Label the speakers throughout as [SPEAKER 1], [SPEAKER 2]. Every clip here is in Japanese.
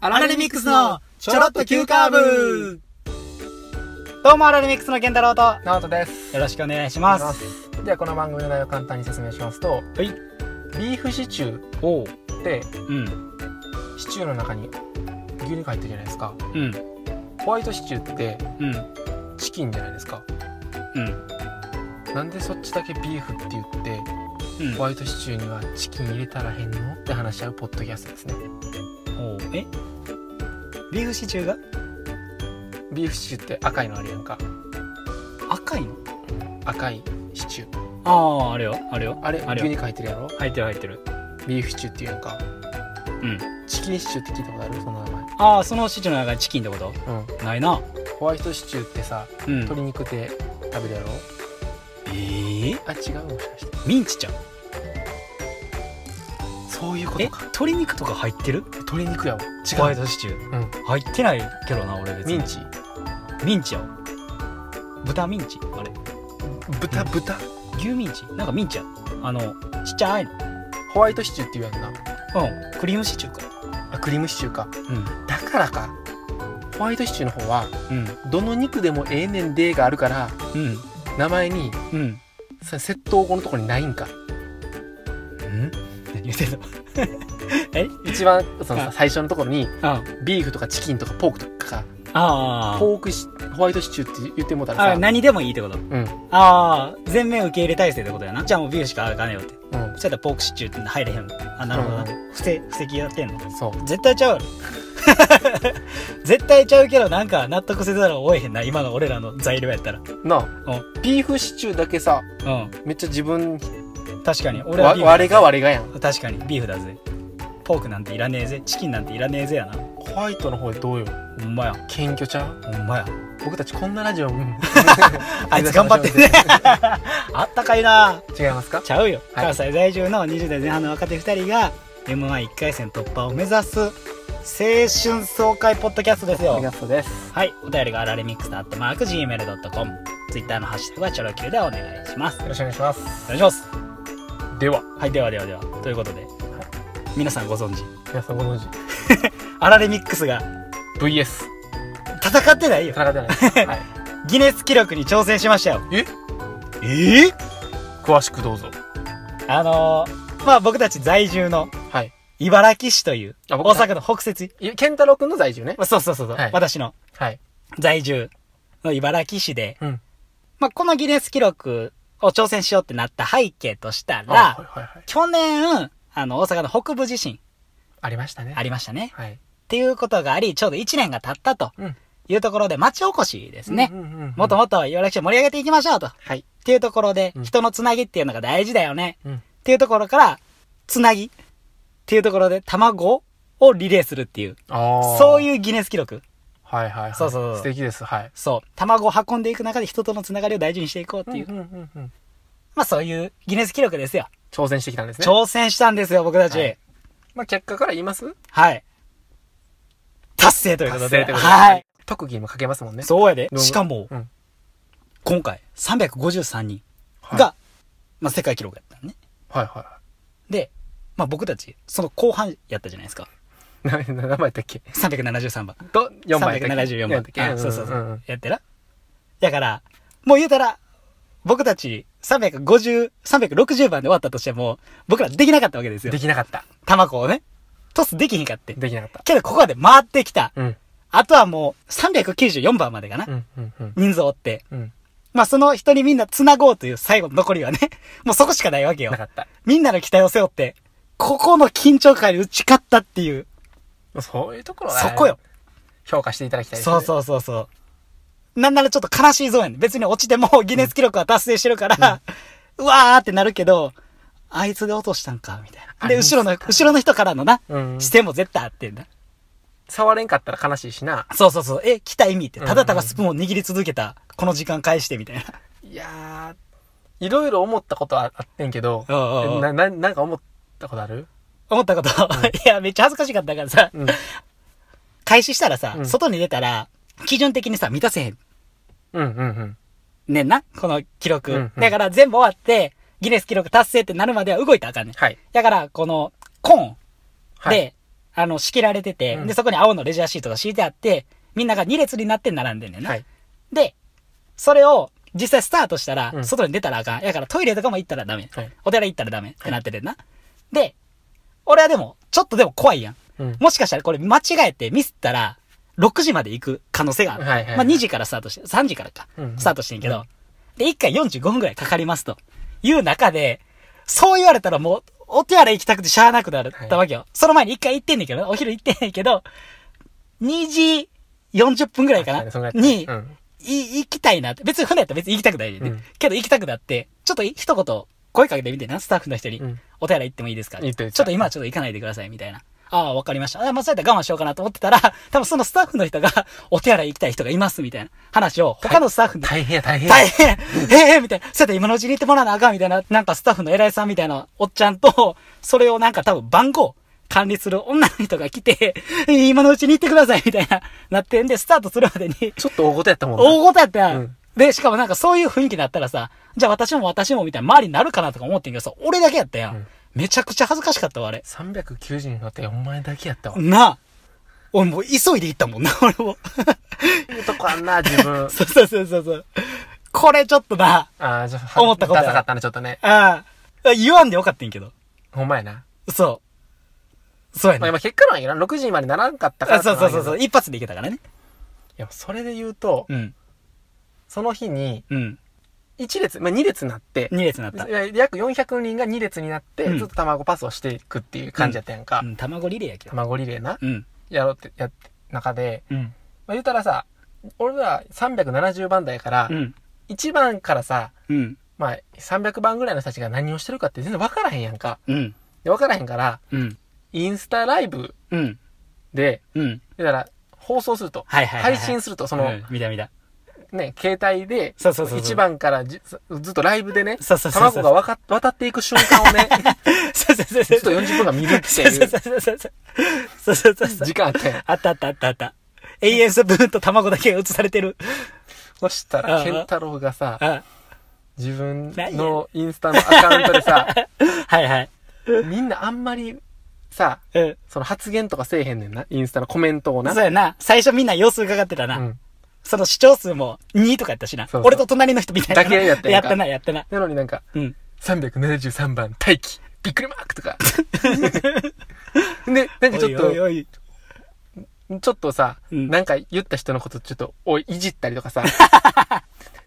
[SPEAKER 1] アラレミックスのちょろっと急カーブどうもアラレミックスの健太郎とよ
[SPEAKER 2] ナオトです。
[SPEAKER 1] ろしくお願いします
[SPEAKER 2] す。ではこの番組の内容を簡単に説明しますと、
[SPEAKER 1] い
[SPEAKER 2] ビーフシチュ
[SPEAKER 1] おう
[SPEAKER 2] ーって
[SPEAKER 1] うん
[SPEAKER 2] シチューの中に牛肉入ってるじゃないですか。
[SPEAKER 1] うん
[SPEAKER 2] ホワイトシチューって
[SPEAKER 1] うん
[SPEAKER 2] チキンじゃないですか。
[SPEAKER 1] うん
[SPEAKER 2] なんでそっちだけビーフって言って
[SPEAKER 1] うん
[SPEAKER 2] ホワイトシチューにはチキン入れたらへんのって話し合うポッドキャストですね。
[SPEAKER 1] おうえビーフシチューが
[SPEAKER 2] ビーフシチューって赤いのあるやんか。
[SPEAKER 1] 赤いの
[SPEAKER 2] 赤いシチュー。
[SPEAKER 1] あああれよあれよ
[SPEAKER 2] あれ
[SPEAKER 1] あれ
[SPEAKER 2] 牛
[SPEAKER 1] よ
[SPEAKER 2] 肉入ってるやろ。
[SPEAKER 1] 入ってる入ってる
[SPEAKER 2] ビーフシチューって言うやんか。
[SPEAKER 1] うん
[SPEAKER 2] チキンシチューって聞いたことあるその名前。
[SPEAKER 1] ああそのシチューの中にチキンってこと
[SPEAKER 2] うん。
[SPEAKER 1] ないな
[SPEAKER 2] ホワイトシチューってさ
[SPEAKER 1] うん
[SPEAKER 2] 鶏肉で食べるやろ。
[SPEAKER 1] えー、
[SPEAKER 2] あ違うもしかして。
[SPEAKER 1] ミンチちゃん
[SPEAKER 2] そういうこ
[SPEAKER 1] え
[SPEAKER 2] とか
[SPEAKER 1] 鶏肉とか入ってる
[SPEAKER 2] 鶏肉やわ
[SPEAKER 1] ホワ
[SPEAKER 2] 違
[SPEAKER 1] イ
[SPEAKER 2] う
[SPEAKER 1] トシチュー、
[SPEAKER 2] うん
[SPEAKER 1] 入ってないけどな俺別に
[SPEAKER 2] ミンチ
[SPEAKER 1] ミンチやわ豚ミンチあれ
[SPEAKER 2] 豚
[SPEAKER 1] うん
[SPEAKER 2] 豚
[SPEAKER 1] 牛ミンチなんかミンチやあのちっちゃいの
[SPEAKER 2] ホワイトシチューって言うやんな
[SPEAKER 1] うんクリームシチューか
[SPEAKER 2] あクリームシチューか
[SPEAKER 1] う
[SPEAKER 2] だからかホワイトシチューの方は
[SPEAKER 1] ん
[SPEAKER 2] どの肉でもええねんでがあるから
[SPEAKER 1] うん
[SPEAKER 2] 名前に
[SPEAKER 1] うんうん
[SPEAKER 2] さ窃盗語のとこにないんか
[SPEAKER 1] うん何言ってんの え
[SPEAKER 2] 一番その
[SPEAKER 1] あ
[SPEAKER 2] さ最初のところに
[SPEAKER 1] あ
[SPEAKER 2] ビーフとかチキンとかポークとか
[SPEAKER 1] あー
[SPEAKER 2] ポークシホワイトシチューって言ってもうたら
[SPEAKER 1] あ
[SPEAKER 2] さ
[SPEAKER 1] 何でもいいってこと
[SPEAKER 2] うん
[SPEAKER 1] ああ全面受け入れ体制ってことやなじゃあもうビューしかあかねえよって
[SPEAKER 2] うん
[SPEAKER 1] そしたらポークシチューって入れへんあなるほどな不正不正やってんの
[SPEAKER 2] そう
[SPEAKER 1] 絶対ちゃうやろ 絶対ちゃうけどなんか納得せざるを得へんな今の俺らの材料やったら
[SPEAKER 2] なあビーフシチューだけさ
[SPEAKER 1] う
[SPEAKER 2] めっちゃ自分
[SPEAKER 1] ん確かに俺は
[SPEAKER 2] わ
[SPEAKER 1] ビーフ
[SPEAKER 2] 我が我がやん
[SPEAKER 1] 確かにビーフだぜポークなんていらねえぜチキンなんていらねえぜやな
[SPEAKER 2] ホワイトの方どうよ
[SPEAKER 1] ほんまや
[SPEAKER 2] 謙虚ちゃう
[SPEAKER 1] ほんまや
[SPEAKER 2] 僕たちこんなラジオ
[SPEAKER 1] あいつ頑張ってるね あったかいな
[SPEAKER 2] 違いますか
[SPEAKER 1] ちゃうよ、
[SPEAKER 2] はい
[SPEAKER 1] 関西在住の20代前半の若手2人が m 1 1回戦突破を目指す青春爽快ポッドキャストです
[SPEAKER 2] あり
[SPEAKER 1] よ
[SPEAKER 2] がとうです
[SPEAKER 1] はいお便りがあられミックスアットマーク Gmail.com ツイッターのハッシュタグはチョロ Q でお願いします
[SPEAKER 2] よろしくお願いします
[SPEAKER 1] お願いします
[SPEAKER 2] では
[SPEAKER 1] はいではではではということで皆さんご存知
[SPEAKER 2] 皆さんご存知
[SPEAKER 1] アラレミックスが
[SPEAKER 2] VS
[SPEAKER 1] 戦ってないよ
[SPEAKER 2] 田中じゃない、はい、
[SPEAKER 1] ギネス記録に挑戦しましたよ
[SPEAKER 2] え
[SPEAKER 1] ええ
[SPEAKER 2] 詳しくどうぞ
[SPEAKER 1] あのー、まあ僕たち在住の
[SPEAKER 2] はい
[SPEAKER 1] 茨城市という
[SPEAKER 2] あ
[SPEAKER 1] 大
[SPEAKER 2] 僕さ
[SPEAKER 1] 阪の北節
[SPEAKER 2] いや健太郎くんの在住ね
[SPEAKER 1] まあそうそうそうそう、
[SPEAKER 2] はい
[SPEAKER 1] 私の
[SPEAKER 2] はい
[SPEAKER 1] 在住の茨城市で、
[SPEAKER 2] うん
[SPEAKER 1] まあこのギネス記録を挑戦しようってなった背景とした
[SPEAKER 2] あはい
[SPEAKER 1] ら
[SPEAKER 2] はいはい
[SPEAKER 1] 去年あの大阪の北部地震
[SPEAKER 2] ありましたね
[SPEAKER 1] ありましたね
[SPEAKER 2] はい
[SPEAKER 1] っていうことがありちょうど1年が経ったと
[SPEAKER 2] うん
[SPEAKER 1] いうところで町おこしですね、
[SPEAKER 2] うんうんうんうん
[SPEAKER 1] もっともっと茨城市を盛り上げていきましょうとっ
[SPEAKER 2] はい
[SPEAKER 1] ていうところで、
[SPEAKER 2] うん
[SPEAKER 1] 人のつなぎっていうのが大事だよね
[SPEAKER 2] うん
[SPEAKER 1] っていうところから、つなぎっていうところで卵をリレーするっていう、
[SPEAKER 2] ああ
[SPEAKER 1] そう
[SPEAKER 2] う
[SPEAKER 1] いうギネス記録。
[SPEAKER 2] はいはい、はい、
[SPEAKER 1] そうそうそう
[SPEAKER 2] 素敵ですはい
[SPEAKER 1] そう。卵を運んでいく中で人とのつながりを大事にしていこうっていう。
[SPEAKER 2] んうんうん、
[SPEAKER 1] まあそういうギネス記録ですよ。
[SPEAKER 2] 挑戦してきたんですね
[SPEAKER 1] 挑戦したんですよ、僕たち。は
[SPEAKER 2] はいい。まあ結果から言います
[SPEAKER 1] 達成ということ
[SPEAKER 2] 達
[SPEAKER 1] で。
[SPEAKER 2] 成ということで
[SPEAKER 1] はい。
[SPEAKER 2] 特技もかけますもんね
[SPEAKER 1] そうやで。
[SPEAKER 2] どうも
[SPEAKER 1] しかも、
[SPEAKER 2] うん
[SPEAKER 1] 今回、353人
[SPEAKER 2] はい
[SPEAKER 1] が、まあ世界記録やったのね。
[SPEAKER 2] はいは
[SPEAKER 1] で、まあ僕たち、その後半やったじゃないですか。
[SPEAKER 2] いはい なな何番やったっけ
[SPEAKER 1] 373番。
[SPEAKER 2] と4番やったっけ
[SPEAKER 1] 374
[SPEAKER 2] やったっけ
[SPEAKER 1] 番。あそうそうそ
[SPEAKER 2] んん
[SPEAKER 1] う。やってな。だから、もう言うたら、僕たち350、360番で終わったとしても、僕らできなかったわけです
[SPEAKER 2] うん
[SPEAKER 1] よ
[SPEAKER 2] で。きなかった
[SPEAKER 1] 玉子をね。トスできへんかって。
[SPEAKER 2] できなかった
[SPEAKER 1] けどここで回ってきた。
[SPEAKER 2] うん
[SPEAKER 1] あとはもう394番までかな
[SPEAKER 2] う。んうんうん
[SPEAKER 1] 人数を追って。
[SPEAKER 2] うん
[SPEAKER 1] まあその人にみんな繋ごうという最後の残りはね、 もうそこしかないわけよ
[SPEAKER 2] な。かった
[SPEAKER 1] みんなの期待を背負って、ここの緊張感に打ち勝ったっていう、
[SPEAKER 2] そういうところは
[SPEAKER 1] そこよ。
[SPEAKER 2] 評価していただきたいですね
[SPEAKER 1] そうそうそうそう。なんならちょっと悲しいぞやねん別に落ちてもギネス記録は達成してるから、うわーってなるけど、あいつで落としたんか、みたいな。で、
[SPEAKER 2] ありまし
[SPEAKER 1] 後
[SPEAKER 2] た
[SPEAKER 1] ろの、後ろの人からのな、
[SPEAKER 2] うん
[SPEAKER 1] 視点も絶対あってんだ。
[SPEAKER 2] 触れんかったら悲しいしな
[SPEAKER 1] そうそうそう。え、来た意味って、
[SPEAKER 2] うん
[SPEAKER 1] ただただスプーンを握り続けた、この時間返して、みたいな。
[SPEAKER 2] いやーいろいろ思ったことはあってんけど
[SPEAKER 1] うんうんうん
[SPEAKER 2] なななんか思ったことある
[SPEAKER 1] 思ったこと、 いや、めっちゃ恥ずかしかったからさ、
[SPEAKER 2] うん
[SPEAKER 1] 開始したらさ、
[SPEAKER 2] うん
[SPEAKER 1] 外に出たら、基準的にさ、満たせへん。
[SPEAKER 2] うんうんうん
[SPEAKER 1] ねんな、この記録。
[SPEAKER 2] うんうん
[SPEAKER 1] だから全部終わって、ギネス記録達成ってなるまでは動いたらあかんねん。
[SPEAKER 2] はい
[SPEAKER 1] だから、この、コーンで、
[SPEAKER 2] はい
[SPEAKER 1] あの、仕切られてて、
[SPEAKER 2] うん
[SPEAKER 1] で、そこに青のレジャーシートが敷いてあって、みんなが2列になって並んでんねんな。
[SPEAKER 2] はい。
[SPEAKER 1] で、それを実際スタートしたら
[SPEAKER 2] う、ん
[SPEAKER 1] 外に出たらあかん。やからトイレとかも行ったらダメ。
[SPEAKER 2] はい
[SPEAKER 1] お寺行ったらダメってなってるな。で、俺はでも、ちょっとでも怖いやん。
[SPEAKER 2] うん。
[SPEAKER 1] もしかしたらこれ間違えてミスったら、6時まで行く可能性がある。
[SPEAKER 2] はいはいはい
[SPEAKER 1] まあ2時からスタートして、3時からか
[SPEAKER 2] うんう、ん
[SPEAKER 1] スタートしてんけど、で、1回45分くらいかかりますと。いう中で、そう言われたらもう、お手洗い行きたくてしゃあなくなる
[SPEAKER 2] はい
[SPEAKER 1] ったわけよ。その前に1回行ってんねんけどな、お昼行ってんねんけど、2時40分くらいかな
[SPEAKER 2] 確かにそんぐらい
[SPEAKER 1] に、
[SPEAKER 2] うん
[SPEAKER 1] い行きたいなって。別に船やったら別に行きたくないねんね、
[SPEAKER 2] うん
[SPEAKER 1] けど行きたくなって、ちょっと一言声かけてみてな、スタッフの人に。
[SPEAKER 2] うん
[SPEAKER 1] お手洗い行ってもいいですか
[SPEAKER 2] 言って言って
[SPEAKER 1] ちょっと今はちょっと行かないでください、みたいな。ああ、わかりました。あまあ、そうやったら我慢しようかなと思ってたら、多分そのスタッフの人が、お手洗い行きたい人がいます、みたいな話を、他のスタッフに、
[SPEAKER 2] 大変や、大変や。
[SPEAKER 1] 大変ええみたいな。そうやったら今のうちに行ってもらわなあかん、みたいな。なんかスタッフの偉いさんみたいなおっちゃんと、それをなんか多分番号、管理する女の人が来て、今のうちに行ってください、みたいな、なってんで、スタートするまでに、
[SPEAKER 2] ちょっと大事やったもんな。
[SPEAKER 1] 大ごとやったやん
[SPEAKER 2] うん
[SPEAKER 1] で、しかもなんかそういう雰囲気だったらさ、じゃあ私も私もみたいな周りになるかなとか思ってんけどさ、俺だけやったやん。
[SPEAKER 2] うん
[SPEAKER 1] めちゃくちゃ恥ずかしかったわ、あれ。
[SPEAKER 2] 390人乗ってお前だけやったわ。
[SPEAKER 1] なあ。俺もう急いで行ったもんな、 俺も。
[SPEAKER 2] いうとこあんな、自 分。
[SPEAKER 1] そうそうそうそうそう。これちょっとな、
[SPEAKER 2] ああ、じゃあ、
[SPEAKER 1] 思ったことや
[SPEAKER 2] ダサかったね、ちょっとね。
[SPEAKER 1] ああ、言わんでよかったんやけど。
[SPEAKER 2] ほんまやな。
[SPEAKER 1] そう。そうや
[SPEAKER 2] まあ
[SPEAKER 1] ね。
[SPEAKER 2] 今結果なんやな。6時までならんかったから
[SPEAKER 1] あそうそうそう
[SPEAKER 2] な
[SPEAKER 1] そ
[SPEAKER 2] ん
[SPEAKER 1] う。
[SPEAKER 2] や
[SPEAKER 1] 一発でいけたからね。
[SPEAKER 2] けどいや、それで言うと、
[SPEAKER 1] うん。
[SPEAKER 2] その日に、
[SPEAKER 1] うん。
[SPEAKER 2] 1列、まあ2列になって、
[SPEAKER 1] 二列になった
[SPEAKER 2] い。や約400人が2列になって、
[SPEAKER 1] うん
[SPEAKER 2] ずっと卵パスをしていくっていう感じやったやんか。
[SPEAKER 1] うん、卵リレーやけど。
[SPEAKER 2] 卵リレーな。
[SPEAKER 1] うん。
[SPEAKER 2] やろうって、やって、中で、
[SPEAKER 1] うん。
[SPEAKER 2] まあ、言うたらさ、俺ら370番台から、
[SPEAKER 1] うん。
[SPEAKER 2] 1番からさ、
[SPEAKER 1] うん。
[SPEAKER 2] まあ、300番ぐらいの人たちが何をしてるかって全然分からへんやんか。
[SPEAKER 1] うん。
[SPEAKER 2] で、分からへんから、
[SPEAKER 1] うん。
[SPEAKER 2] インスタライブ
[SPEAKER 1] うん。
[SPEAKER 2] で、
[SPEAKER 1] うん。
[SPEAKER 2] だから、放送すると。
[SPEAKER 1] はいはいはいはい
[SPEAKER 2] 配信すると、そ
[SPEAKER 1] そ
[SPEAKER 2] の、
[SPEAKER 1] 見た見 た。
[SPEAKER 2] ね、携帯で、
[SPEAKER 1] そうそうそうそう
[SPEAKER 2] 1番からじずずっとライブでね、
[SPEAKER 1] そうそうそうそう
[SPEAKER 2] 卵がわか渡っていく瞬 間をね、
[SPEAKER 1] そうそうそう
[SPEAKER 2] ず
[SPEAKER 1] そう。
[SPEAKER 2] っと40分間見るって
[SPEAKER 1] そう
[SPEAKER 2] い
[SPEAKER 1] そう
[SPEAKER 2] う
[SPEAKER 1] そうそうそう。そうそうそう。
[SPEAKER 2] 時間あったやん。
[SPEAKER 1] あったあったあったあった。永遠スプーンと卵だけが映されてる。
[SPEAKER 2] そした
[SPEAKER 1] ああ
[SPEAKER 2] ら、ケンタロウがさ、
[SPEAKER 1] あ
[SPEAKER 2] 自分
[SPEAKER 1] 何
[SPEAKER 2] のインスタのアカウントで さ、
[SPEAKER 1] はいはい。
[SPEAKER 2] みんなあんまりさ、
[SPEAKER 1] うん。
[SPEAKER 2] その発言とかせえへんねんな、インスタのコメントをな。
[SPEAKER 1] そうやな。最初みんな様子伺ってたな。
[SPEAKER 2] うん。
[SPEAKER 1] その視聴数も2とかやったしな。
[SPEAKER 2] そうそう
[SPEAKER 1] 俺と隣の人みたいな。
[SPEAKER 2] だけやったやんか
[SPEAKER 1] やったな、やったな。
[SPEAKER 2] なのになんか、
[SPEAKER 1] うん。
[SPEAKER 2] 373番待機、びっくりマーク とか。で、なんかちょっと、
[SPEAKER 1] おいおいおい。
[SPEAKER 2] ちょっとさ、
[SPEAKER 1] うん
[SPEAKER 2] なんか言った人のことちょっと、おい、いじったり とかさ、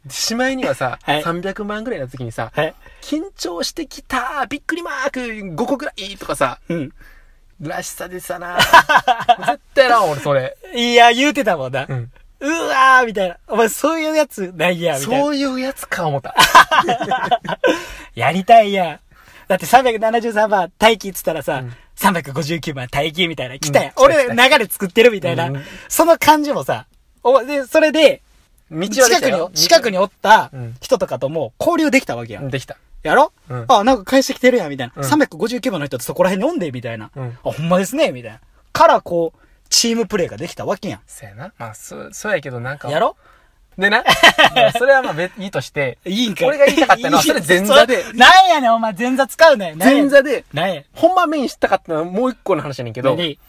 [SPEAKER 2] しまいにはさ、
[SPEAKER 1] はい
[SPEAKER 2] 300万ぐらいの時にさ、
[SPEAKER 1] はい。
[SPEAKER 2] 緊張してきたびっくりマーク !5 個ぐらいとかさ、
[SPEAKER 1] うん。
[SPEAKER 2] らしさで さな絶対やらん、俺、それ。
[SPEAKER 1] いや、言うてたもんな。う
[SPEAKER 2] うん。
[SPEAKER 1] わーみたいな。お前そういうやつないや、みたいな
[SPEAKER 2] そ。ういうやつか、思った。
[SPEAKER 1] やりたいやん。だって373番待機っつったらさ、
[SPEAKER 2] うん
[SPEAKER 1] 359番待機みたいな。来たやん。
[SPEAKER 2] うん来た
[SPEAKER 1] 俺流れ作ってるみたいな。
[SPEAKER 2] うん
[SPEAKER 1] その感じもさ、おで、それで、
[SPEAKER 2] 道はでき
[SPEAKER 1] 近
[SPEAKER 2] た
[SPEAKER 1] くに
[SPEAKER 2] よ。、
[SPEAKER 1] 近く
[SPEAKER 2] に。
[SPEAKER 1] におった
[SPEAKER 2] うん
[SPEAKER 1] 人とかとも交流できたわけやん。
[SPEAKER 2] できた。
[SPEAKER 1] やろ、
[SPEAKER 2] うん
[SPEAKER 1] あ、なんか返してきてるやん、みたいな。
[SPEAKER 2] うん
[SPEAKER 1] 359番の人ってそこら辺におんで、みたいな、
[SPEAKER 2] うん
[SPEAKER 1] あ、ほんまですね、みたいな。からこう、チームプレーができたわけや
[SPEAKER 2] そやな。まあ、そ、そうやけどなんか。
[SPEAKER 1] ん。やろ
[SPEAKER 2] でな。まあそれはまあ、べいいとして。
[SPEAKER 1] いいんかい。
[SPEAKER 2] 俺が言いたかったのは、
[SPEAKER 1] いい
[SPEAKER 2] それ前座で
[SPEAKER 1] そ。なんやねん、お前前座使うねん。なんやね
[SPEAKER 2] 前
[SPEAKER 1] ん。
[SPEAKER 2] 座で。
[SPEAKER 1] なんや。
[SPEAKER 2] ほんまメイン知ったかったのはもう一個の話やねんけど。
[SPEAKER 1] 何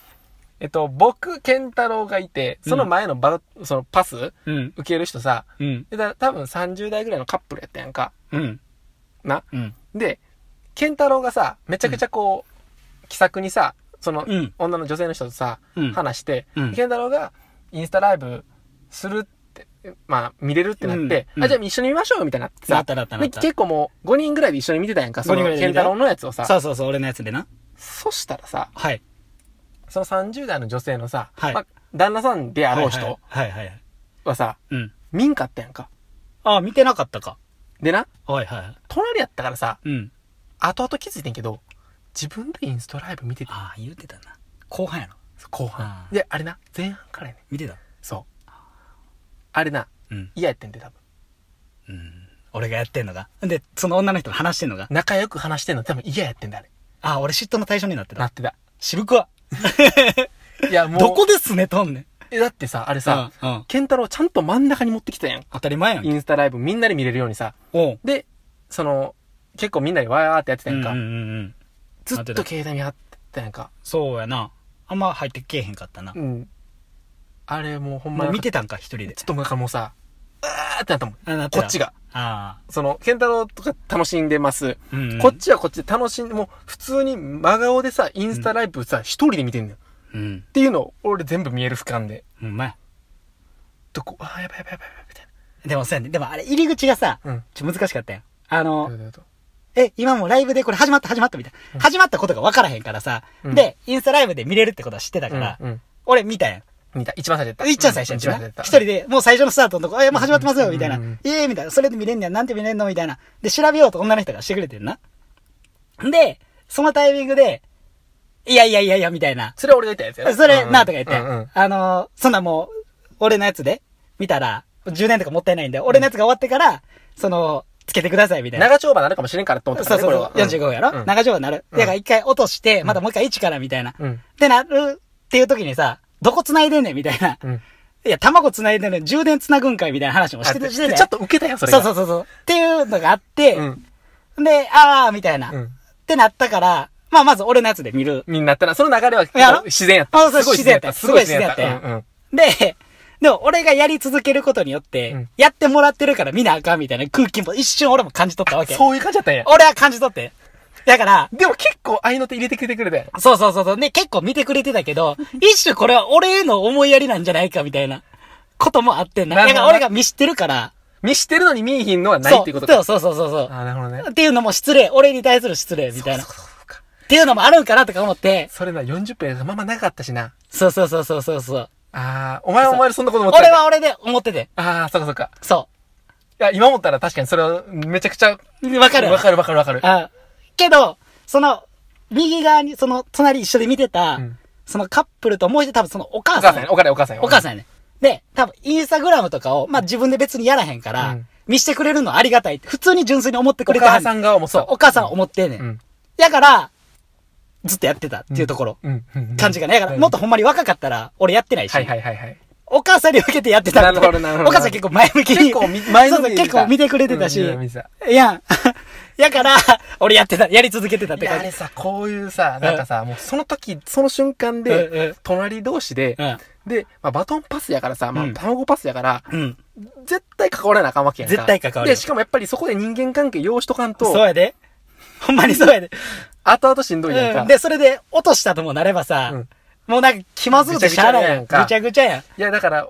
[SPEAKER 2] えっと、僕、ケンタロウがいて、その前のバロ、そのパス、
[SPEAKER 1] うん。
[SPEAKER 2] 受ける人さ、
[SPEAKER 1] うん。
[SPEAKER 2] でだ多分30代ぐらいのカップルやったやんか。
[SPEAKER 1] うん。
[SPEAKER 2] な。
[SPEAKER 1] うん。
[SPEAKER 2] で、ケンタロウがさ、めちゃくちゃこう、気さくにさ、その、
[SPEAKER 1] うん
[SPEAKER 2] 女の女性の人とさ、
[SPEAKER 1] うん
[SPEAKER 2] 話して、
[SPEAKER 1] うん
[SPEAKER 2] ケンタロウがインスタライブするって、まあ、見れるってなって、
[SPEAKER 1] うん
[SPEAKER 2] あ、じゃあ一緒に見ましょうよ、みたいになって
[SPEAKER 1] な
[SPEAKER 2] さ。
[SPEAKER 1] ったなったなった
[SPEAKER 2] で結構もう、5人ぐらいで一緒に見てたやんか、そ
[SPEAKER 1] 五人
[SPEAKER 2] の
[SPEAKER 1] ぐらいで
[SPEAKER 2] ケ
[SPEAKER 1] 見
[SPEAKER 2] ン
[SPEAKER 1] た
[SPEAKER 2] タロウのやつをさ。
[SPEAKER 1] そうそうそう、俺のやつでな。
[SPEAKER 2] そしたらさ、
[SPEAKER 1] はい。
[SPEAKER 2] その30代の女性のさ、
[SPEAKER 1] はい
[SPEAKER 2] まあ、旦那さんであろう人
[SPEAKER 1] はいはいはい。
[SPEAKER 2] はさ、
[SPEAKER 1] うん。
[SPEAKER 2] 民家ってやんか。
[SPEAKER 1] あ、見てなかったか。
[SPEAKER 2] でな、
[SPEAKER 1] はいは
[SPEAKER 2] 隣やったからさ、
[SPEAKER 1] い。うん。
[SPEAKER 2] 後々気づいてんけど、自分でインスタライブ見てて、
[SPEAKER 1] ああ、言うてたな。後半やろ。
[SPEAKER 2] 後
[SPEAKER 1] あ
[SPEAKER 2] 半。
[SPEAKER 1] ー
[SPEAKER 2] で、あれな、前半からやねん
[SPEAKER 1] 見てた。
[SPEAKER 2] そう。あれな、
[SPEAKER 1] うん。
[SPEAKER 2] 嫌やってんで多分。
[SPEAKER 1] 俺がやってんのが。で、その女の人と話してんのが。
[SPEAKER 2] 仲良く話してんの多分嫌やってんだ、あれ。
[SPEAKER 1] ああ、俺嫉妬の対象になって
[SPEAKER 2] な
[SPEAKER 1] た
[SPEAKER 2] っ。てた。
[SPEAKER 1] 渋くは。
[SPEAKER 2] いや、もう。
[SPEAKER 1] どこですね、とんねん。
[SPEAKER 2] えだってさ、あれさ、
[SPEAKER 1] うんうん
[SPEAKER 2] ケンタロウちゃんと真ん中に持ってきてたやん。
[SPEAKER 1] 当たり前やん
[SPEAKER 2] イ
[SPEAKER 1] け。
[SPEAKER 2] ンスタライブみんなで見れるようにさ。
[SPEAKER 1] おう。
[SPEAKER 2] で、その、結構みんなでわーってやってた
[SPEAKER 1] う
[SPEAKER 2] や
[SPEAKER 1] ん
[SPEAKER 2] ん
[SPEAKER 1] う
[SPEAKER 2] か。
[SPEAKER 1] んうんうん。
[SPEAKER 2] ずっと携帯見張ってたやんか。
[SPEAKER 1] そうやな。ああんま入ってけえへんかったな。
[SPEAKER 2] うん。あれもうほん
[SPEAKER 1] もう
[SPEAKER 2] まなんか
[SPEAKER 1] 見てたんか、一人で
[SPEAKER 2] ちょ。っとなんかもうさ、うわーってなったもん。
[SPEAKER 1] あなて
[SPEAKER 2] こ
[SPEAKER 1] た
[SPEAKER 2] っちが。
[SPEAKER 1] あ
[SPEAKER 2] その、ケンタロウとか楽しんでます。
[SPEAKER 1] あ。うん、うん。
[SPEAKER 2] こっちはこっちで楽しんで、もう普通に真顔でさ、インスタライブさ、一人で見てんのよ。
[SPEAKER 1] うん
[SPEAKER 2] っ。ていうのを俺全部見える俯瞰で。
[SPEAKER 1] ほんまや。
[SPEAKER 2] とこ、あー、やばいやばいやばいやばい、みたい
[SPEAKER 1] でもそうやね。でもあれ、入り口がさ、
[SPEAKER 2] な。うん。
[SPEAKER 1] ちょっと難しかったよ。あの、
[SPEAKER 2] どうぞどうぞ
[SPEAKER 1] え、今もうライブでこれ始まった始まったみたいな。始まったことが分からへんからさ、
[SPEAKER 2] うん
[SPEAKER 1] で、インスタライブで見れるってことは知ってたから、
[SPEAKER 2] うんうん
[SPEAKER 1] 俺見たやん。
[SPEAKER 2] 見た。一番最初やった。
[SPEAKER 1] いっちゃん最初やっ
[SPEAKER 2] 一
[SPEAKER 1] た
[SPEAKER 2] 番
[SPEAKER 1] な
[SPEAKER 2] 最初やった。
[SPEAKER 1] 一人で、もう最初のスタートのとこ、え、もう始まってますよ、みたいな。
[SPEAKER 2] うんうんうん
[SPEAKER 1] ええみたいな。それで見れんねや、なんて見れんのみたいな。で、調べようと女の人がしてくれてんな。で、そのタイミングで、いやいやいやいや、みたいな。
[SPEAKER 2] それは俺が言ったやつやろ
[SPEAKER 1] それ、
[SPEAKER 2] うん
[SPEAKER 1] なあとか言って、
[SPEAKER 2] うんうん
[SPEAKER 1] あのーそんなもう、俺のやつで、見たら、10年とかもったいないんで、俺のやつが終わってから、その、つけてください、みたいな。
[SPEAKER 2] 長丁場になるかもしれんからと思っ て
[SPEAKER 1] そ
[SPEAKER 2] た
[SPEAKER 1] う
[SPEAKER 2] ね
[SPEAKER 1] そうそう、
[SPEAKER 2] これは
[SPEAKER 1] 45やろ、
[SPEAKER 2] うん
[SPEAKER 1] 長丁場になる。
[SPEAKER 2] うん
[SPEAKER 1] だから一回落として、またもう一回1からみたいな。
[SPEAKER 2] うん。
[SPEAKER 1] ってなるっていう時にさ、どこ繋いでんねんみたいな。
[SPEAKER 2] うん。
[SPEAKER 1] いや、卵繋いでんのに充電繋ぐんかいみたいな話もして
[SPEAKER 2] あ
[SPEAKER 1] て、して
[SPEAKER 2] で
[SPEAKER 1] て。
[SPEAKER 2] ちょっと受けたよ、それ
[SPEAKER 1] そ
[SPEAKER 2] が。
[SPEAKER 1] うそううそうそう。っていうのがあって、
[SPEAKER 2] うん。
[SPEAKER 1] で、あー、みたいな、
[SPEAKER 2] う
[SPEAKER 1] っ
[SPEAKER 2] ん。
[SPEAKER 1] てなったから、まあまず俺のやつで見る。
[SPEAKER 2] みんなやったな。その流れは
[SPEAKER 1] やろ
[SPEAKER 2] 自然やった。
[SPEAKER 1] あそう自然やった。すごい自然やった
[SPEAKER 2] うんうん
[SPEAKER 1] よ。で、でも俺がやり続けることによって、
[SPEAKER 2] うん
[SPEAKER 1] やってもらってるから見なあかんみたいな空気も一瞬俺も感じ取ったわけ。
[SPEAKER 2] そういう感じだったんや。
[SPEAKER 1] 俺は感じ取って。だから、
[SPEAKER 2] でも結構愛の手入れてくれてくれたよ。
[SPEAKER 1] そうそうそうそう。ね、結構見てくれてたけ ど、一種これは俺への思いやりなんじゃないかみたいなこともあってんな。
[SPEAKER 2] なる
[SPEAKER 1] だか
[SPEAKER 2] ほど
[SPEAKER 1] ら
[SPEAKER 2] な
[SPEAKER 1] 俺が見知ってるから。
[SPEAKER 2] 見してるのに見えひんのはないっていうこと
[SPEAKER 1] そ
[SPEAKER 2] か。
[SPEAKER 1] うそうそうそうそう
[SPEAKER 2] あーなるほどね。
[SPEAKER 1] っていうのも失礼。俺に対する失礼みたいな。
[SPEAKER 2] そうそうそうか。
[SPEAKER 1] っていうのもあるんかなとか思って。
[SPEAKER 2] それな、40分やからまあまあなかったしな。
[SPEAKER 1] そうそうそうそうそうそう。
[SPEAKER 2] ああ、お前はお前でそんなこと思ってた
[SPEAKER 1] 俺。は俺で思ってて。
[SPEAKER 2] ああ、そうかそうか。
[SPEAKER 1] そ
[SPEAKER 2] いや、今思ったら確かにそれはめちゃくちゃ。
[SPEAKER 1] う。わかる
[SPEAKER 2] わかるわかるわかる。
[SPEAKER 1] あけど、その、右側に、その、隣一緒で見てた、
[SPEAKER 2] うん
[SPEAKER 1] そのカップルと、もう一人多分そのお
[SPEAKER 2] お
[SPEAKER 1] 母さ
[SPEAKER 2] 母
[SPEAKER 1] ん
[SPEAKER 2] さんや、お母さんや、お母さんや。
[SPEAKER 1] お母さんやね。で、多分、インスタグラムとかを、まあ自分で別にやらへんから、
[SPEAKER 2] うん
[SPEAKER 1] 見してくれるのありがたいって、普通に純粋に思ってくれては
[SPEAKER 2] お母さんが思った
[SPEAKER 1] そう、お母さんは思ってんねん。
[SPEAKER 2] うん。
[SPEAKER 1] だから、ずっとやってたっていうところ、
[SPEAKER 2] うん。うん
[SPEAKER 1] 感じがね。だから、
[SPEAKER 2] うん
[SPEAKER 1] もっとほんまに若かったら、俺やってないし、
[SPEAKER 2] はいはいはいはい。
[SPEAKER 1] お母さんに向けてやってたみたい
[SPEAKER 2] なるほどなるほど
[SPEAKER 1] お母さん結構前向きに。
[SPEAKER 2] 結構み前のめり
[SPEAKER 1] そう
[SPEAKER 2] に
[SPEAKER 1] そう結構
[SPEAKER 2] 見た
[SPEAKER 1] 見てくれてたし。
[SPEAKER 2] うん見てた見て
[SPEAKER 1] いやん。 やから、俺やってた、やり続けてたっ
[SPEAKER 2] い
[SPEAKER 1] て
[SPEAKER 2] や、あ
[SPEAKER 1] 感
[SPEAKER 2] れ
[SPEAKER 1] じ。
[SPEAKER 2] さ、こういうさ、なんかさ、もうその時、その瞬
[SPEAKER 1] う
[SPEAKER 2] 間
[SPEAKER 1] んうん
[SPEAKER 2] で、隣同士で
[SPEAKER 1] うん、
[SPEAKER 2] で、まあバトンパスやからさ、ま
[SPEAKER 1] う
[SPEAKER 2] あ
[SPEAKER 1] ん
[SPEAKER 2] 卵パスやから、
[SPEAKER 1] うん。
[SPEAKER 2] 絶対関わらなあかんわけやんか。
[SPEAKER 1] 絶対関わるよ
[SPEAKER 2] で、しかもやっぱりそこで人間関係用意しとかん
[SPEAKER 1] そう
[SPEAKER 2] と、
[SPEAKER 1] やで。ほんまにそうやで。
[SPEAKER 2] 後々しんどいやんか。
[SPEAKER 1] うんで、それで落としたともなればさ、
[SPEAKER 2] うん
[SPEAKER 1] もうなんか気まずくてしゃあないやん。
[SPEAKER 2] ぐちゃぐちゃや
[SPEAKER 1] ぐちゃぐちゃやん。
[SPEAKER 2] んかいや、だから、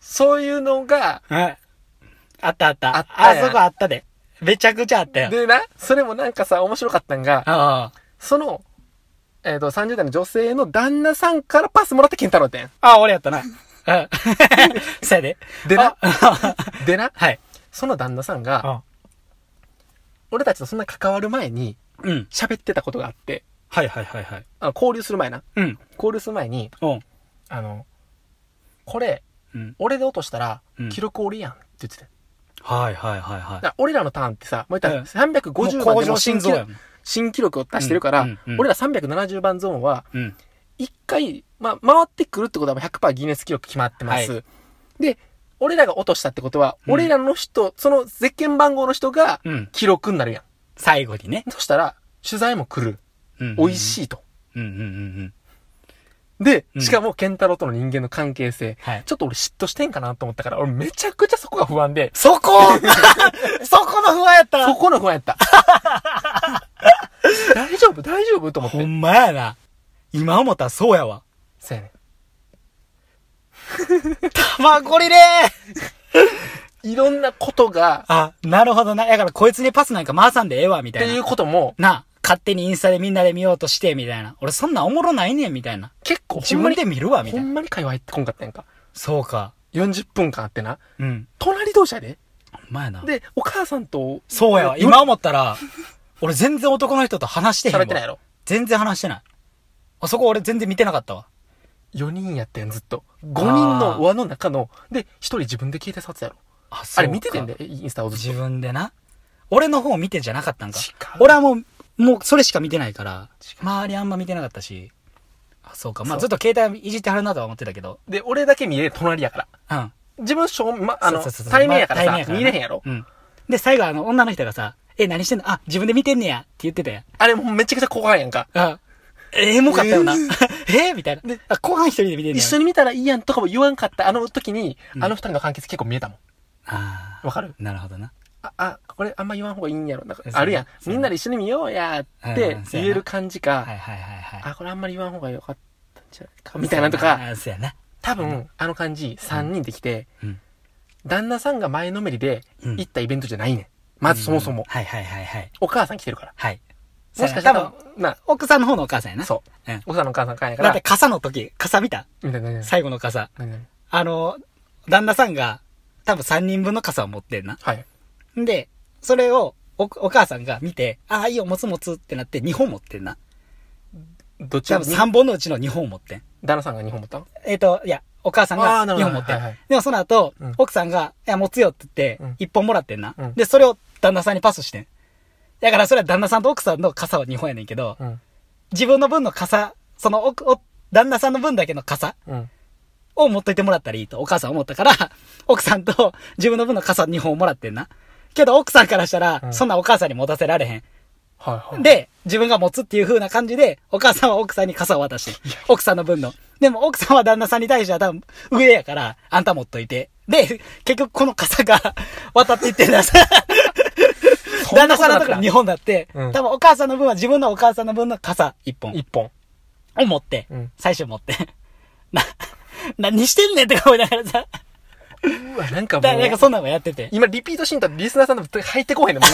[SPEAKER 2] そういうのが、
[SPEAKER 1] うん。あったあった。
[SPEAKER 2] あったやん
[SPEAKER 1] そこあったで。めちゃくちゃあったよ。
[SPEAKER 2] でな、それもなんかさ、面白かったんが、
[SPEAKER 1] あ
[SPEAKER 2] その、えっ、と、30代の女性の旦那さんからパスもらってケンタロウってん。
[SPEAKER 1] あ。ああ、俺やったな。うん。 そうやで。
[SPEAKER 2] でな
[SPEAKER 1] あ
[SPEAKER 2] でな、
[SPEAKER 1] はい。
[SPEAKER 2] その旦那さんが、
[SPEAKER 1] あ
[SPEAKER 2] 俺たちとそんな関わる前に、
[SPEAKER 1] うん。
[SPEAKER 2] 喋ってたことがあって、
[SPEAKER 1] はいはいはいはい。
[SPEAKER 2] あの交流する前な。
[SPEAKER 1] うん。
[SPEAKER 2] 交流する前に、
[SPEAKER 1] おう。
[SPEAKER 2] あの、これ、
[SPEAKER 1] うん。
[SPEAKER 2] 俺で落としたら
[SPEAKER 1] うん、
[SPEAKER 2] 記録俺やんって言ってた。だ
[SPEAKER 1] はいはいはいは
[SPEAKER 2] から俺らのターンってさ、もう言った
[SPEAKER 1] うん
[SPEAKER 2] ら
[SPEAKER 1] もう
[SPEAKER 2] 350番
[SPEAKER 1] 向
[SPEAKER 2] で
[SPEAKER 1] 上
[SPEAKER 2] も
[SPEAKER 1] 心
[SPEAKER 2] 新
[SPEAKER 1] 臓
[SPEAKER 2] 記
[SPEAKER 1] やもん
[SPEAKER 2] 録新記録を出してるから、
[SPEAKER 1] うんうんうん
[SPEAKER 2] 俺ら370番ゾーンは、
[SPEAKER 1] い。うん。
[SPEAKER 2] 1回、まあ、回ってくるってことは100%ギネス記録決まってます。
[SPEAKER 1] は
[SPEAKER 2] で、俺らが落としたってことは、
[SPEAKER 1] うん
[SPEAKER 2] 俺らの人、その絶見番号の人が
[SPEAKER 1] うん、
[SPEAKER 2] 記録になるやん。
[SPEAKER 1] 最後にね。
[SPEAKER 2] そしたら、取材も来る。
[SPEAKER 1] うん
[SPEAKER 2] 美味しいと。
[SPEAKER 1] い。うんうんうんうん。
[SPEAKER 2] で
[SPEAKER 1] う、ん
[SPEAKER 2] しかも、ケンタロウとの人間の関係性、
[SPEAKER 1] はい
[SPEAKER 2] ちょっと俺嫉妬してんかなと思ったから、俺めちゃくちゃそこが不安 で、
[SPEAKER 1] そこそこの不安やった
[SPEAKER 2] そこの不安やった。 大丈夫大丈夫と思って
[SPEAKER 1] ほ。んまやな。今思ったらそうやわ。
[SPEAKER 2] そうやね
[SPEAKER 1] 卵リレー
[SPEAKER 2] いろんなことが、
[SPEAKER 1] あ、なるほどな。だからこいつにパスなんか回さんでええわ、み
[SPEAKER 2] ったて
[SPEAKER 1] い
[SPEAKER 2] いう
[SPEAKER 1] な。
[SPEAKER 2] ことも、
[SPEAKER 1] なあ、勝手にインスタでみんなで見ようとして、みたいな。俺そんなおもろないねん、みたいな。
[SPEAKER 2] 結構
[SPEAKER 1] 自
[SPEAKER 2] ほん
[SPEAKER 1] 分
[SPEAKER 2] まに
[SPEAKER 1] で、見るわ、み
[SPEAKER 2] ほ
[SPEAKER 1] たいな。
[SPEAKER 2] んまに会話入ってこんかったやんか。
[SPEAKER 1] そうか。
[SPEAKER 2] 40分間あってな。
[SPEAKER 1] うん。
[SPEAKER 2] 隣同士やで。
[SPEAKER 1] ほんまやな。
[SPEAKER 2] で、お母さんと、
[SPEAKER 1] そうやわ。
[SPEAKER 2] よ
[SPEAKER 1] 今思ったら、俺全然男の人と話してへんわ。
[SPEAKER 2] 喋ってないやろ。
[SPEAKER 1] 全然話してない。あそこ俺全然見てなかったわ。
[SPEAKER 2] 4人やったやん、ずっと。5人
[SPEAKER 1] あ
[SPEAKER 2] の
[SPEAKER 1] ー
[SPEAKER 2] 輪の中の、で、1人自分で携帯触ってたやろ。
[SPEAKER 1] あ、そ
[SPEAKER 2] あ
[SPEAKER 1] う
[SPEAKER 2] れ
[SPEAKER 1] か
[SPEAKER 2] 見ててんで、インスタをずっと
[SPEAKER 1] 自分でな。俺の方見てんじゃなかったんか
[SPEAKER 2] 違う。
[SPEAKER 1] 俺はもう、もうそれしか見てないから、
[SPEAKER 2] 違う
[SPEAKER 1] 周りあんま見てなかったし。あ、そうか。まあず
[SPEAKER 2] そ
[SPEAKER 1] っと携帯いじってはるなとは思ってたけど。
[SPEAKER 2] で、俺だけ見れ、隣やから。
[SPEAKER 1] うん。
[SPEAKER 2] 自分正、ま、あの
[SPEAKER 1] そうそうそう、
[SPEAKER 2] 対面やから
[SPEAKER 1] まあ
[SPEAKER 2] さ、見れへんやろ
[SPEAKER 1] う。ん。で、最後あの、女の人がさ、え、何してんのあ、自分で見てんねやって言ってたやん。
[SPEAKER 2] あれもうめちゃくちゃ後半やんか。
[SPEAKER 1] あ、ええもかったよな。
[SPEAKER 2] う
[SPEAKER 1] ええみたいな。
[SPEAKER 2] で
[SPEAKER 1] あ後半一人で見てる
[SPEAKER 2] 一緒に見たらいいやんとかも言わんかったあの時に、あの二人の関係性結構見えたもん。
[SPEAKER 1] ああ。
[SPEAKER 2] わかる
[SPEAKER 1] なるほどな。
[SPEAKER 2] あ、あ、これあんま言わん方がいいんやろ。なんか
[SPEAKER 1] そうやな
[SPEAKER 2] あるやん。
[SPEAKER 1] そうや
[SPEAKER 2] み
[SPEAKER 1] なん
[SPEAKER 2] なで一緒に見ようやっ
[SPEAKER 1] う
[SPEAKER 2] て
[SPEAKER 1] んそうやな
[SPEAKER 2] 言える感じか、
[SPEAKER 1] はいはいはいはい。
[SPEAKER 2] あ、これあんまり言わん方がよかったんじゃないか、みたいなのとか、
[SPEAKER 1] あそうやな。
[SPEAKER 2] 多分あの感じ3人で来て、
[SPEAKER 1] うん。
[SPEAKER 2] 旦那さんが前のめりで
[SPEAKER 1] うん
[SPEAKER 2] 行ったイベントじゃないねん。まずそもそも。
[SPEAKER 1] はいはいはいはい。
[SPEAKER 2] お母さん来てるから。
[SPEAKER 1] はい。
[SPEAKER 2] もしかした
[SPEAKER 1] そうやな
[SPEAKER 2] ら
[SPEAKER 1] 多分、、
[SPEAKER 2] な、
[SPEAKER 1] 奥さんの方のお母さんやな。。
[SPEAKER 2] そう
[SPEAKER 1] うん。
[SPEAKER 2] う。お母さんのお母さんからやか
[SPEAKER 1] だっ
[SPEAKER 2] ら
[SPEAKER 1] て、傘の時、傘見た
[SPEAKER 2] みたいな。何々
[SPEAKER 1] 最後の傘。
[SPEAKER 2] 何々
[SPEAKER 1] あの、旦那さんが、多分3人分の傘を持ってんな。
[SPEAKER 2] はい。
[SPEAKER 1] んで、それをお、お母さんが見て、ああ、いいよ、持つ持つってなって2本持ってんな。
[SPEAKER 2] どっち
[SPEAKER 1] 多
[SPEAKER 2] が
[SPEAKER 1] 分3本のうちの2本持ってん。
[SPEAKER 2] 旦那さんが2本持ったの
[SPEAKER 1] えっ、と、いや、お母さん
[SPEAKER 2] あ
[SPEAKER 1] が
[SPEAKER 2] ーな
[SPEAKER 1] 2
[SPEAKER 2] るほ
[SPEAKER 1] 本
[SPEAKER 2] ど
[SPEAKER 1] 持ってん
[SPEAKER 2] はいはい
[SPEAKER 1] でもその後、
[SPEAKER 2] うん
[SPEAKER 1] 奥さんが、いや、持つよって
[SPEAKER 2] う
[SPEAKER 1] 言っ
[SPEAKER 2] ん
[SPEAKER 1] て、1本もらってんな、
[SPEAKER 2] うん
[SPEAKER 1] で、それを旦那さんにパスしてん。だからそれは旦那さんと奥さんの傘は2本やねんけど、
[SPEAKER 2] うん。
[SPEAKER 1] 自分の分の傘、その奥、お旦那さんの分だけの傘
[SPEAKER 2] うん。
[SPEAKER 1] を持っといてもらったらいいとお母さん思ったから、 奥さんと自分の分の傘2本もらってんな。けど奥さんからしたら、
[SPEAKER 2] うん
[SPEAKER 1] そんなお母さんに持たせられへん。
[SPEAKER 2] はいはい。、
[SPEAKER 1] で、自分が持つっていう風な感じで、お母さんは奥さんに傘を渡してん、奥さんの分の。でも奥さんは旦那さんに対しては多分上やから、あんた持っといて。で、結局この傘が 渡っていってんだ。旦那さんのところは2本だって、
[SPEAKER 2] うん
[SPEAKER 1] 多分お母さんの分は自分のお母さんの分の傘1本
[SPEAKER 2] 1本。
[SPEAKER 1] を持って、
[SPEAKER 2] うん
[SPEAKER 1] 最初持って。 な、何してんねんって思いながらさ、
[SPEAKER 2] うわ、なんかも
[SPEAKER 1] だなんか
[SPEAKER 2] う、
[SPEAKER 1] そんなのやってて。
[SPEAKER 2] 今リピートシーンとリスナーさんの入ってこへんの。も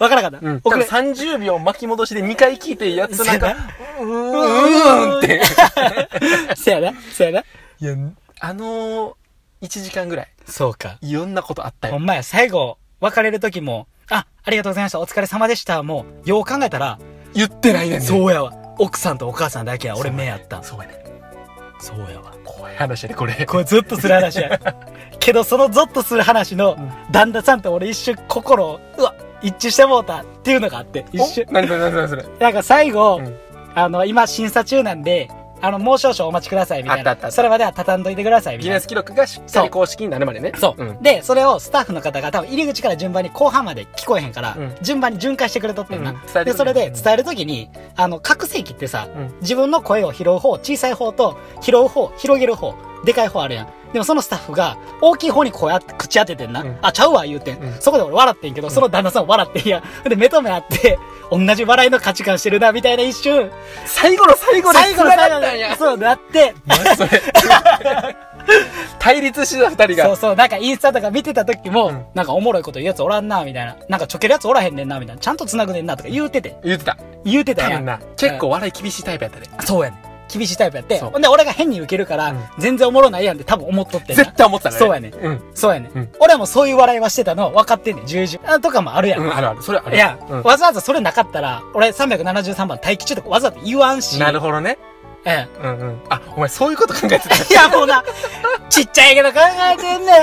[SPEAKER 1] わからなかった。
[SPEAKER 2] ううん。多
[SPEAKER 1] 遅
[SPEAKER 2] 分
[SPEAKER 1] れ、
[SPEAKER 2] 30秒巻き戻しで2回聞いてやつなん
[SPEAKER 1] せや
[SPEAKER 2] か
[SPEAKER 1] な、
[SPEAKER 2] うーんうーんって。
[SPEAKER 1] せやな、せやな。
[SPEAKER 2] いや、あのー、1時間ぐらい、
[SPEAKER 1] そうか。
[SPEAKER 2] いろんなことあった
[SPEAKER 1] ほ
[SPEAKER 2] よ。
[SPEAKER 1] んまや、最後、別れる時も、あ、ありがとうございました、お疲れ様でした。もう、よう考えたら、
[SPEAKER 2] 言ってないねんね。
[SPEAKER 1] そうやわ。奥さんとお母さんだけや、俺目やった。
[SPEAKER 2] そうやね。
[SPEAKER 1] そうやわ。
[SPEAKER 2] 怖い話やね、これ。
[SPEAKER 1] これずっとする話 や。けど、そのゾッとする話の
[SPEAKER 2] うん、
[SPEAKER 1] 旦那さんと俺一瞬心を、うわ、一致してもうたっていうのがあって、一瞬。
[SPEAKER 2] 何それ何それ何それ。
[SPEAKER 1] なんか最後、
[SPEAKER 2] うん
[SPEAKER 1] あの、今審査中なんで、あの、もう少々お待ちくださいみたいな。
[SPEAKER 2] あったあった
[SPEAKER 1] それまでは畳んどいてくださいみ
[SPEAKER 2] ギ
[SPEAKER 1] たい
[SPEAKER 2] ネ
[SPEAKER 1] な
[SPEAKER 2] ス。記録がしっかり公式になるまでね。
[SPEAKER 1] そう、
[SPEAKER 2] ん。
[SPEAKER 1] で、それをスタッフの方が多分入り口から順番に後半まで聞こえへんから、
[SPEAKER 2] うん
[SPEAKER 1] 順番に巡回してくれとってんな。
[SPEAKER 2] うん伝えてくれ
[SPEAKER 1] で、
[SPEAKER 2] る
[SPEAKER 1] それで伝えるときに、あの、拡声器ってさ、
[SPEAKER 2] うん
[SPEAKER 1] 自分の声を拾う方、小さい方と、拾う方、広げる方、でかい方あるやん。でもそのスタッフが、大きい方に声あって、口当ててんな。
[SPEAKER 2] うん
[SPEAKER 1] あ、ちゃうわ、言うてん,、
[SPEAKER 2] うん
[SPEAKER 1] そこで俺笑ってんけど、その旦那さんも笑ってんや。で、目と目あって、同じ笑いの価値観してるな、みたいな一瞬、
[SPEAKER 2] 最後の最後で
[SPEAKER 1] 最後の最後
[SPEAKER 2] 繋がったん
[SPEAKER 1] で
[SPEAKER 2] や。
[SPEAKER 1] そうなって、
[SPEAKER 2] 何それ。対立してた二人
[SPEAKER 1] そう
[SPEAKER 2] が。
[SPEAKER 1] そう、なんかインスタとか見てた時も、
[SPEAKER 2] うん
[SPEAKER 1] なんかおもろいこと言うやつおらんな、みたいな。なんかちょけるやつおらへんねんな、みたいな。ちゃんと繋ぐねんな、とか言うてて。
[SPEAKER 2] 言ってた。
[SPEAKER 1] 言うてた
[SPEAKER 2] 多
[SPEAKER 1] やん
[SPEAKER 2] 分な、結構笑い厳しいタイプやったで。
[SPEAKER 1] そうやねん。厳しいタイプやって。
[SPEAKER 2] そう
[SPEAKER 1] ほんで、俺が変に受けるから、
[SPEAKER 2] うん
[SPEAKER 1] 全然おもろないやんって多分思っとってんな
[SPEAKER 2] 絶対思ってたね。
[SPEAKER 1] そうやね
[SPEAKER 2] うん。
[SPEAKER 1] そうやねん。
[SPEAKER 2] うん
[SPEAKER 1] 俺はもうそういう笑いはしてたの分かってんねん、重々。あとかもあるやん。
[SPEAKER 2] うん、あるある。それある。
[SPEAKER 1] いや、
[SPEAKER 2] うん
[SPEAKER 1] わざわざそれなかったら、俺373番待機中とかわざと言わんし。
[SPEAKER 2] なるほどね。
[SPEAKER 1] ええ
[SPEAKER 2] うんうん。あ、お前そういうこと考えてた。
[SPEAKER 1] いや、もうな、ちっちゃいけど考えてん ね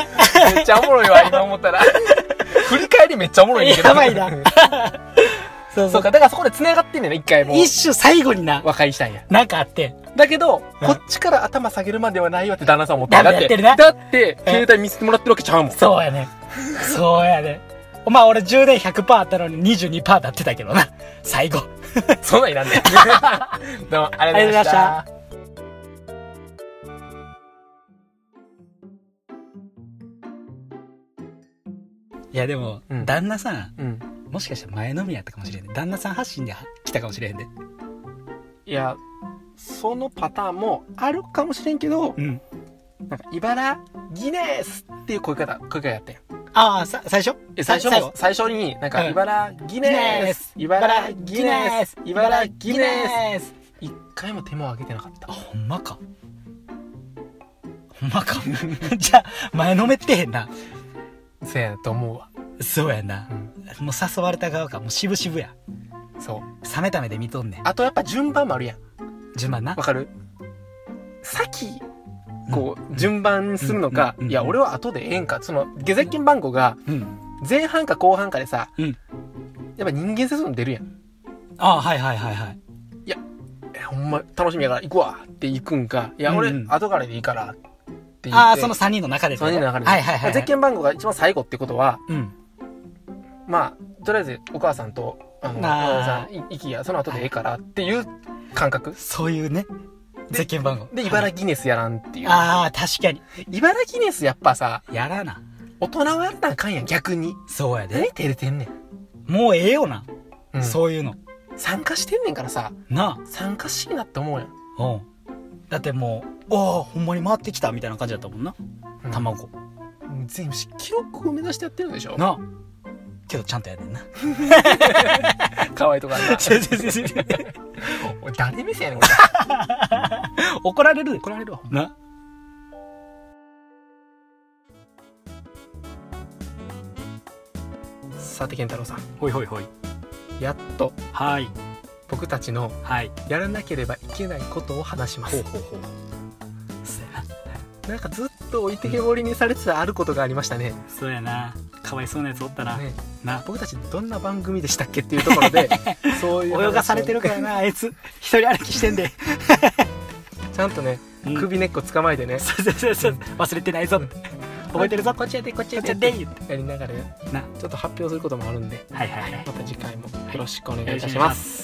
[SPEAKER 1] ん。
[SPEAKER 2] めっちゃおもろいわ、今思ったら。 振り返りめっちゃおもろいねんけど。
[SPEAKER 1] やばいな そう
[SPEAKER 2] そうか、だからそこで繋がってんねんな、一回もう。
[SPEAKER 1] 一瞬最後にな、
[SPEAKER 2] 和解したんや。
[SPEAKER 1] なんかあって。
[SPEAKER 2] だけど、
[SPEAKER 1] うん
[SPEAKER 2] こっちから頭下げるまではないわって旦那さん思ったん
[SPEAKER 1] だ
[SPEAKER 2] だ
[SPEAKER 1] っ
[SPEAKER 2] ってて、
[SPEAKER 1] やって
[SPEAKER 2] だって、携帯見せてもらってるわけちゃうもん。
[SPEAKER 1] そうやね。そうやね。お前俺充電100%あったのに22%だってたけどな。最後。
[SPEAKER 2] そんなんい らんねん。どうも、ありがとうござい
[SPEAKER 1] ありがとうございま
[SPEAKER 2] ま
[SPEAKER 1] し
[SPEAKER 2] したた。
[SPEAKER 1] いやでも、
[SPEAKER 2] うん
[SPEAKER 1] 旦那さん、
[SPEAKER 2] うん。
[SPEAKER 1] もしかしたら前のみやったかもしれんね。旦那さん発信で来たかもしれへんで。
[SPEAKER 2] いや、そのパターンもあるかもしれんけど、
[SPEAKER 1] うん。
[SPEAKER 2] なんか、茨ギネスっていう声かた、声かやってん。
[SPEAKER 1] ああ、さ、最初
[SPEAKER 2] え最初の、最初に、なんか、
[SPEAKER 1] うん
[SPEAKER 2] 茨ギネス茨ギネス茨ギネ
[SPEAKER 1] ス
[SPEAKER 2] ス一回も手も挙げてなかった
[SPEAKER 1] あ、。ほんまか。ほんまか。 じゃあ、前のめってへんな。
[SPEAKER 2] せやと思うわ。
[SPEAKER 1] そうやな
[SPEAKER 2] う。ん。
[SPEAKER 1] もう誘われた側か。もう渋々や。
[SPEAKER 2] そう。
[SPEAKER 1] 冷めた目で見とんねん。
[SPEAKER 2] あとやっぱ順番もあるやん。
[SPEAKER 1] 順番な
[SPEAKER 2] わ。かる先こう順番するのか、
[SPEAKER 1] うんうん
[SPEAKER 2] いや俺は後でええんかその下税金番号が
[SPEAKER 1] うん。
[SPEAKER 2] 前半か後半かでさ、
[SPEAKER 1] うん
[SPEAKER 2] やっぱ人間性そういうの出るやん
[SPEAKER 1] ああ、はいはいはいはい。
[SPEAKER 2] えほんま楽しみやから行くわって行くんかいや俺、
[SPEAKER 1] うんうん
[SPEAKER 2] 後からでいいからって言って
[SPEAKER 1] ああ、その3人の中でって
[SPEAKER 2] そ
[SPEAKER 1] こ
[SPEAKER 2] の
[SPEAKER 1] と。
[SPEAKER 2] 人の中で、
[SPEAKER 1] はいはいはい。
[SPEAKER 2] 税金番号が一番最後ってことは
[SPEAKER 1] うん。
[SPEAKER 2] まあとりあえずお母さんとあのお
[SPEAKER 1] あー
[SPEAKER 2] 母さんい行きやその後でええからっていう感覚
[SPEAKER 1] そういうね、
[SPEAKER 2] で
[SPEAKER 1] 絶景番号。
[SPEAKER 2] で、茨城ネスやらんっていう。
[SPEAKER 1] ああ、確かに。
[SPEAKER 2] 茨城ネスやっぱさ、
[SPEAKER 1] やらな。
[SPEAKER 2] 大人はやらなあかんやん、逆に。
[SPEAKER 1] そうやで。
[SPEAKER 2] 何照れてんねん。
[SPEAKER 1] もうええよな。
[SPEAKER 2] うん、
[SPEAKER 1] そういうの。
[SPEAKER 2] 参加してんねんからさ、
[SPEAKER 1] な
[SPEAKER 2] 参加しいなって思うやん。
[SPEAKER 1] あ。うん。だってもう、ああ、ほんまに回ってきたみたいな感じだったもんな。
[SPEAKER 2] うん、
[SPEAKER 1] 卵。
[SPEAKER 2] 全部記録を目指してやってるでしょ
[SPEAKER 1] なあ。けどちゃんとやんねんな。
[SPEAKER 2] 可愛いとかあるなおい誰目線やねんこ
[SPEAKER 1] 怒られるで
[SPEAKER 2] れ。怒られるわほんま
[SPEAKER 1] な。
[SPEAKER 2] さて健太郎さん
[SPEAKER 1] ほいほいほい。
[SPEAKER 2] やっと
[SPEAKER 1] はい。
[SPEAKER 2] 僕たちの
[SPEAKER 1] はい。
[SPEAKER 2] やらなければいけないことを話しま
[SPEAKER 1] ほう
[SPEAKER 2] す
[SPEAKER 1] ほうほう。そうやな。
[SPEAKER 2] なんかずっと置いてけぼりにされてたあることがありましたね,、
[SPEAKER 1] そうやな。かわいそうなやつおったな。
[SPEAKER 2] ね
[SPEAKER 1] な。
[SPEAKER 2] 僕たちどんな番組でしたっけっていうところ でそういう話を
[SPEAKER 1] 泳がされてるから な、あいつ。一人歩きしてんで。
[SPEAKER 2] ちゃんとね
[SPEAKER 1] うん
[SPEAKER 2] 首根っこ捕まえてね、
[SPEAKER 1] そうそうそうそう。忘れてないぞって。覚えてるぞ。
[SPEAKER 2] こっちやでこっちやで
[SPEAKER 1] 言って。
[SPEAKER 2] やりながらね
[SPEAKER 1] な。
[SPEAKER 2] ちょっと発表することもあるんで
[SPEAKER 1] はいはいはい。
[SPEAKER 2] また次回もよろしくお願いいたします